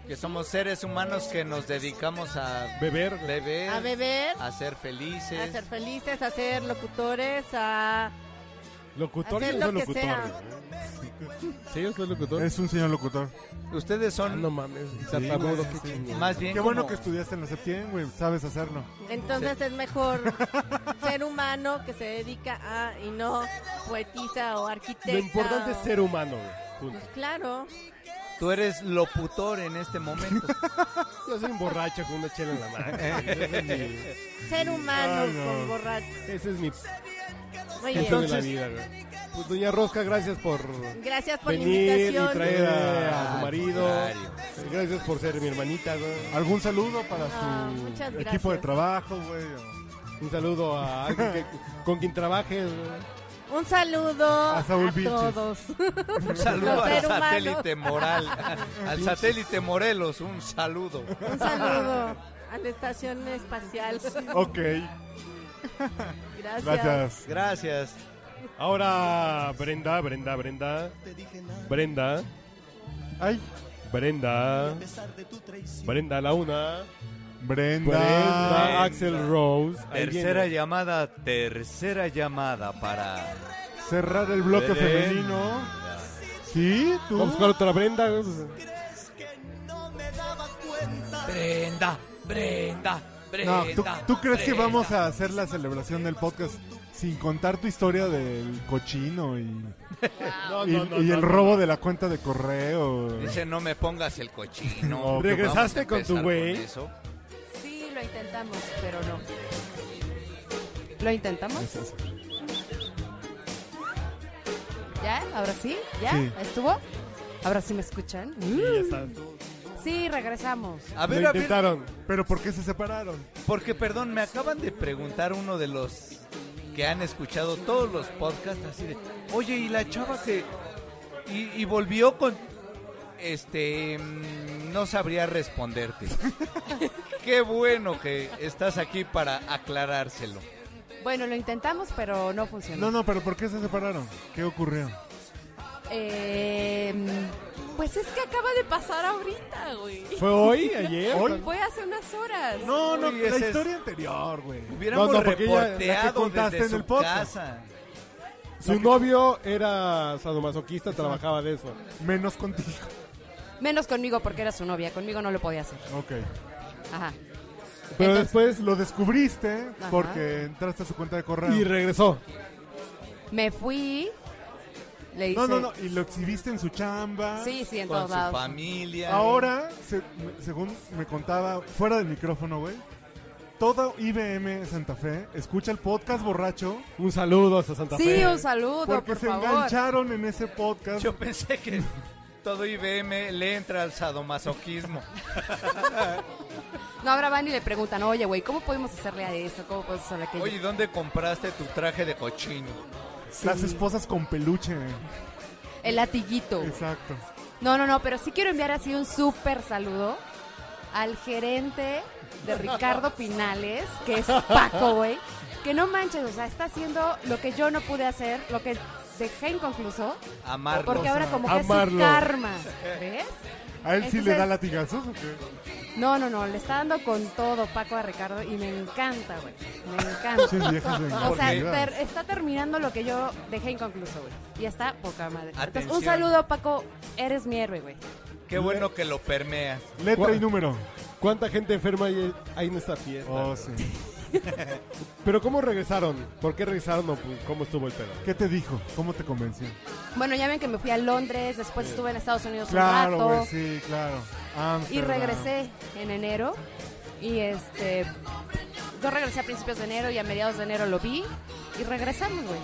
que somos seres humanos que nos dedicamos a
beber,
beber
A beber.
a ser felices.
A ser felices, a ser locutores, a...
¿Locutor?
Hacer lo
Yo soy
que
locutor.
sea.
güey. Sí, yo soy locutor.
Es un señor locutor.
Ustedes son.
no mames.
Sí,
tartamudo,
güey,
qué
sí.
chingón.
Más bien
Qué bueno
como-
que estudiaste en la septiembre, güey. Sabes hacerlo.
Entonces es
[LAUGHS]
mejor ser humano que se dedica a y no poetisa o arquitecta.
Lo importante es
o-
ser humano, güey. Punto.
Pues claro.
Tú eres locutor en este momento.
Yo soy un borracho con una chela en la
[LAUGHS]
mano. Ese es mi-
Ser humano
Ah, no.
con borracho.
Ese es mi
Muy bien.
punto de la vida, güey. Pues, doña Rosca, gracias por
Gracias por la
venir y
invitación.
traer a, a
Al
su marido.
contrario.
Gracias por ser mi hermanita, güey.
¿Algún saludo para
Ah,
su
muchas gracias.
equipo de trabajo, güey? o-
Un saludo a
[LAUGHS]
alguien que- con quien trabajes, güey.
Un saludo a,
A Saúl Vilches.
todos.
[LAUGHS]
Un saludo
Los
al
seres humanos.
satélite moral.
[LAUGHS]
Al satélite Morelos, un saludo.
Un saludo a la estación espacial.
Ok.
Gracias.
Gracias.
Ahora, Brenda, Brenda, Brenda. Brenda.
Ay.
Brenda. Brenda, la una.
Brenda.
Brenda, Axel Rose. Ahí
Tercera
viene.
llamada, tercera llamada para.
Cerrar el bloque
Brenda.
femenino. ¿Sí? ¿Tú?
Vamos con otra Brenda. güey.
Brenda, Brenda,
No,
Brenda.
¿tú, tú crees que vamos a hacer la celebración del podcast sin contar tu historia del cochino y,
No,
y,
no, no,
y
no,
el
no.
robo de la cuenta de correo?
Dice, no me pongas el cochino.
No,
¿Regresaste con
Vamos
tu
a empezar
güey?
con eso.
Sí, lo intentamos, pero no. ¿Lo intentamos?
¿Ya? ¿Ahora sí? ¿Ya?
Sí.
¿Estuvo? ¿Ahora sí me escuchan?
ya está.
Sí, regresamos.
A ver, a ver.
¿Pero por qué se separaron?
Porque, perdón, me acaban de preguntar uno de los que han escuchado todos los podcasts así de, oye, y la chava que... Y, y volvió con... Este, mm, no sabría responderte. [LAUGHS] Qué bueno que estás aquí para aclarárselo.
Bueno, lo intentamos, pero no funcionó.
No, no, pero ¿por qué se separaron? ¿Qué ocurrió?
Eh,
Pues es que acaba de pasar ahorita, güey.
¿Fue hoy? ¿Ayer? ¿Hoy?
[LAUGHS] Fue hace unas horas.
No, no,
Uy,
la
ese es-
historia anterior, güey.
Hubiéramos
No, no, porque ella- la que
reporteado
contaste
desde
en
su
el podcast.
casa.
Su novio era sadomasoquista, trabajaba de eso.
Menos contigo.
Menos conmigo porque era su novia. Conmigo no lo podía hacer.
Ok.
Ajá.
Pero después lo descubriste
Ajá.
porque entraste a su cuenta de correo.
Y regresó.
Me fui. Le hice...
No, no, no. Y lo exhibiste en su chamba.
Sí, sí, en Con todos su lados. familia.
Ahora, se- me- según me contaba, fuera del micrófono, güey. Todo IBM Santa Fe escucha el podcast borracho.
Un saludo hasta Santa
Sí, un saludo,
Porque
por
se
favor.
engancharon en ese podcast.
Yo pensé que todo IBM le entra al sadomasoquismo.
No, ahora van y le preguntan, oye, güey, ¿cómo podemos hacerle a esto? ¿Cómo podemos hacerle a aquello?
Oye, ¿dónde compraste tu traje de cochino?
[LAUGHS] Las esposas con peluche.
El latiguito.
Exacto.
No, no, no, pero sí quiero enviar así un súper saludo al gerente de Ricardo Pinales, que es Paco, güey. Que no manches, o sea, está haciendo lo que yo no pude hacer, lo que dejé inconcluso.
Amarlo.
Porque ahora como que
Amarlo.
es su karma, ¿ves?
¿A él sí le
Entonces-
da latigazos o qué?
No, no, no, le está dando con todo Paco a Ricardo y me encanta, güey. Me encanta.
Sí, viejas de
o sea,
oportunidad.
ter- está terminando lo que yo dejé inconcluso, güey. Y está poca madre. Entonces,
Atención.
un saludo, Paco. Eres mi héroe, güey.
Qué bueno que lo permeas.
¿Cuá-
número.
¿Cuánta gente enferma hay, hay en esta fiesta?
Oh, sí.
[LAUGHS] Pero ¿cómo regresaron? ¿Por qué regresaron o pu- cómo estuvo el pedo?
¿Qué te dijo? ¿Cómo te convenció?
Bueno, ya ven que me fui a Londres, después estuve en Estados Unidos un
Claro,
rato.
güey, sí, claro. Ah,
y
Ámsterdam.
regresé en enero. Y este. Yo regresé a principios de enero y a mediados de enero lo vi. Y regresamos, güey.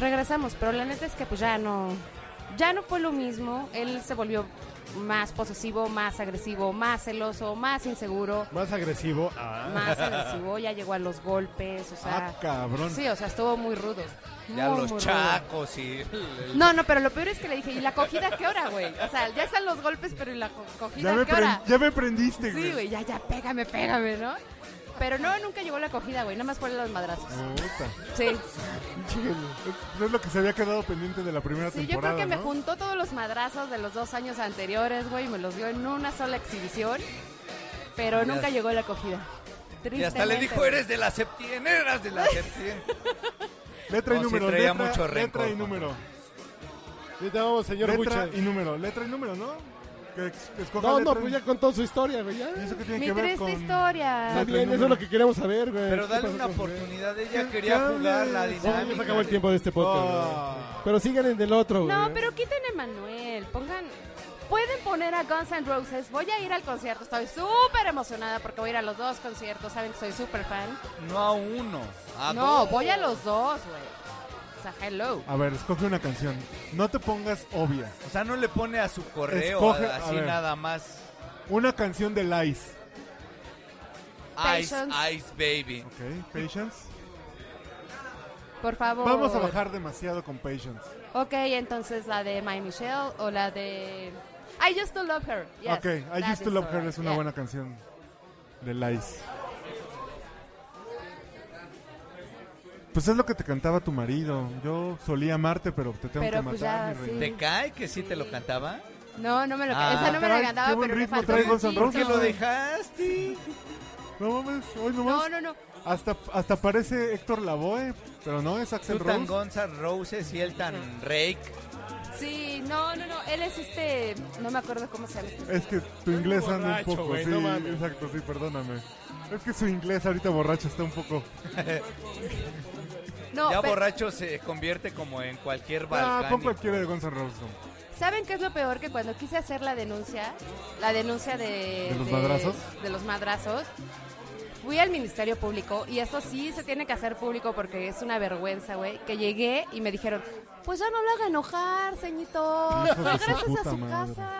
Regresamos, pero la neta es que pues ya no. Ya no fue lo mismo. Él se volvió más posesivo, más agresivo, más celoso, más inseguro,
Más agresivo. Ah.
más agresivo. Ya llegó a los golpes, o sea.
Ah, cabrón.
Sí, o sea, estuvo muy rudo.
Ya
muy,
los
muy rudo.
chacos y... el- el-
No, no, pero lo peor es que le dije, ¿y la cogida a qué hora, güey? O sea, ya están los golpes, pero ¿y la co- cogida
Ya me,
a qué hora?
pren- ya me prendiste,
Sí, güey, ya, ya, pégame, pégame, ¿no? Pero no, nunca llegó la cogida, güey, nada más fueron los madrazos.
Puta.
Sí,
Chale. Es lo que se había quedado pendiente de la primera
sí yo
temporada.
creo que me
¿no?
juntó todos los madrazos de los dos años anteriores, güey, y me los dio en una sola exhibición, pero
Ya.
nunca llegó la cogida.
Y hasta le dijo,
Tristemente.
eres de la septién, eras de la septién.
Letra y
No, sí
número,
traía
letra,
mucho
letra
rencor,
y número.
Ya te vamos, señor
letra
Bucha.
y número, letra y número, ¿no? Que ex- que escoja
No,
letra
no,
y-
pues ya contó su historia, güey. ya.
¿Eso qué tiene
Mi
que ver
triste
con...?
historia.
Está bien, eso es lo que queríamos saber, güey.
Pero
¿Qué
dale
pasó
una
con su-
oportunidad, ella
¿Qué-
quería
qué
jugar la
hables? No, ya se
dinámica.
acabó el tiempo de este podcast.
Ah.
güey. Pero sigan en el otro, güey.
No, pero quiten a Manuel, pongan... Pueden poner a Guns N' Roses, voy a ir al concierto, estoy súper emocionada porque voy a ir a los dos conciertos, saben que soy súper fan.
No a uno, a
no,
dos.
voy a los dos, güey. O sea, hello.
A ver, escoge una canción. No te pongas obvia.
O sea, no le pone a su correo,
Escoge- a
a- así
ver.
nada más.
Una canción de Lice.
Ice, Ice Baby.
Ok, Patience.
Por favor.
Vamos a bajar demasiado con Patience.
Ok, entonces la de My Michelle o la de... I used to love her. Yes,
ok, I
that
Used to
is
Love Her
alright.
es una
Yeah.
buena canción de Lice. Pues es lo que te cantaba tu marido. Yo solía amarte, pero te tengo
Pero
que
pues
matar.
ya,
mi reina.
¿Te cae que sí te lo cantaba?
No, no me lo...
Ah.
esa no me la
Caray,
cantaba,
qué
pero
buen
me
ritmo
faltó
trae Guns N'
poquito.
Roses. ¿Por qué lo
dejaste?
No mames, hoy nomás.
No, no, no.
Hasta, hasta parece Héctor Lavoe, pero no es Axel
Tú tan
Rose.
Guns N' Roses y él tan Rake.
Sí, no, no, no. Él es este... No me acuerdo cómo se llama. este
Es que tu inglés anda un
borracho,
poco,
güey,
sí,
no mames.
exacto, sí, perdóname. Es que su inglés ahorita borracho está un
[LAUGHS]
poco. Ah,
No,
ya
pero-
borracho se convierte como en cualquier
Ah, pon
balcán.
cualquiera de Guns N' Roses.
¿Saben qué es lo peor? Que cuando quise hacer la denuncia, la denuncia de...
¿De los madrazos?
De los madrazos, fui al Ministerio Público, y esto sí se tiene que hacer público porque es una vergüenza, güey, que llegué y me dijeron, pues ya no lo haga enojar, ceñito,
Hijo de su
regreses a
puta
su
madre.
casa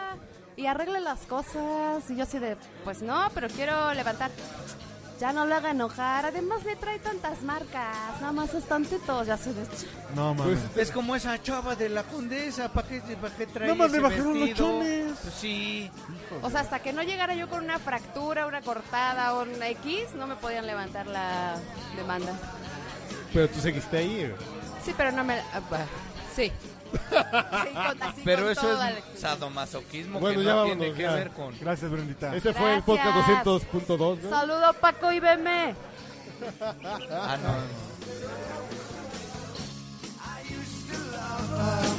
y arregle las cosas. Y yo así de, pues no, pero quiero levantar... Ya no lo haga enojar. Además le trae tantas marcas. Nada más es tantito. Ya se deschó.
No, mames.
es como esa chava de la condesa, ¿para qué, pa' qué trae
Nada más
ese
le bajaron los
vestido?
chones.
Pues sí.
O sea, hasta que no llegara yo con una fractura, una cortada o una X, no me podían levantar la demanda.
Pero tú seguiste ahí.
Sí, pero no me... ah, bah, Sí. Sí, con- así
Pero
con
eso
todo,
es
Alex.
sadomasoquismo
Bueno,
que
ya
no
vámonos,
tiene que
ya.
ver con...
Gracias, Brendita.
Ese fue el podcast
Gracias.
200.2, ¿no?
Saludo Paco y Beme.
Ah,
Ah, no, no.
Love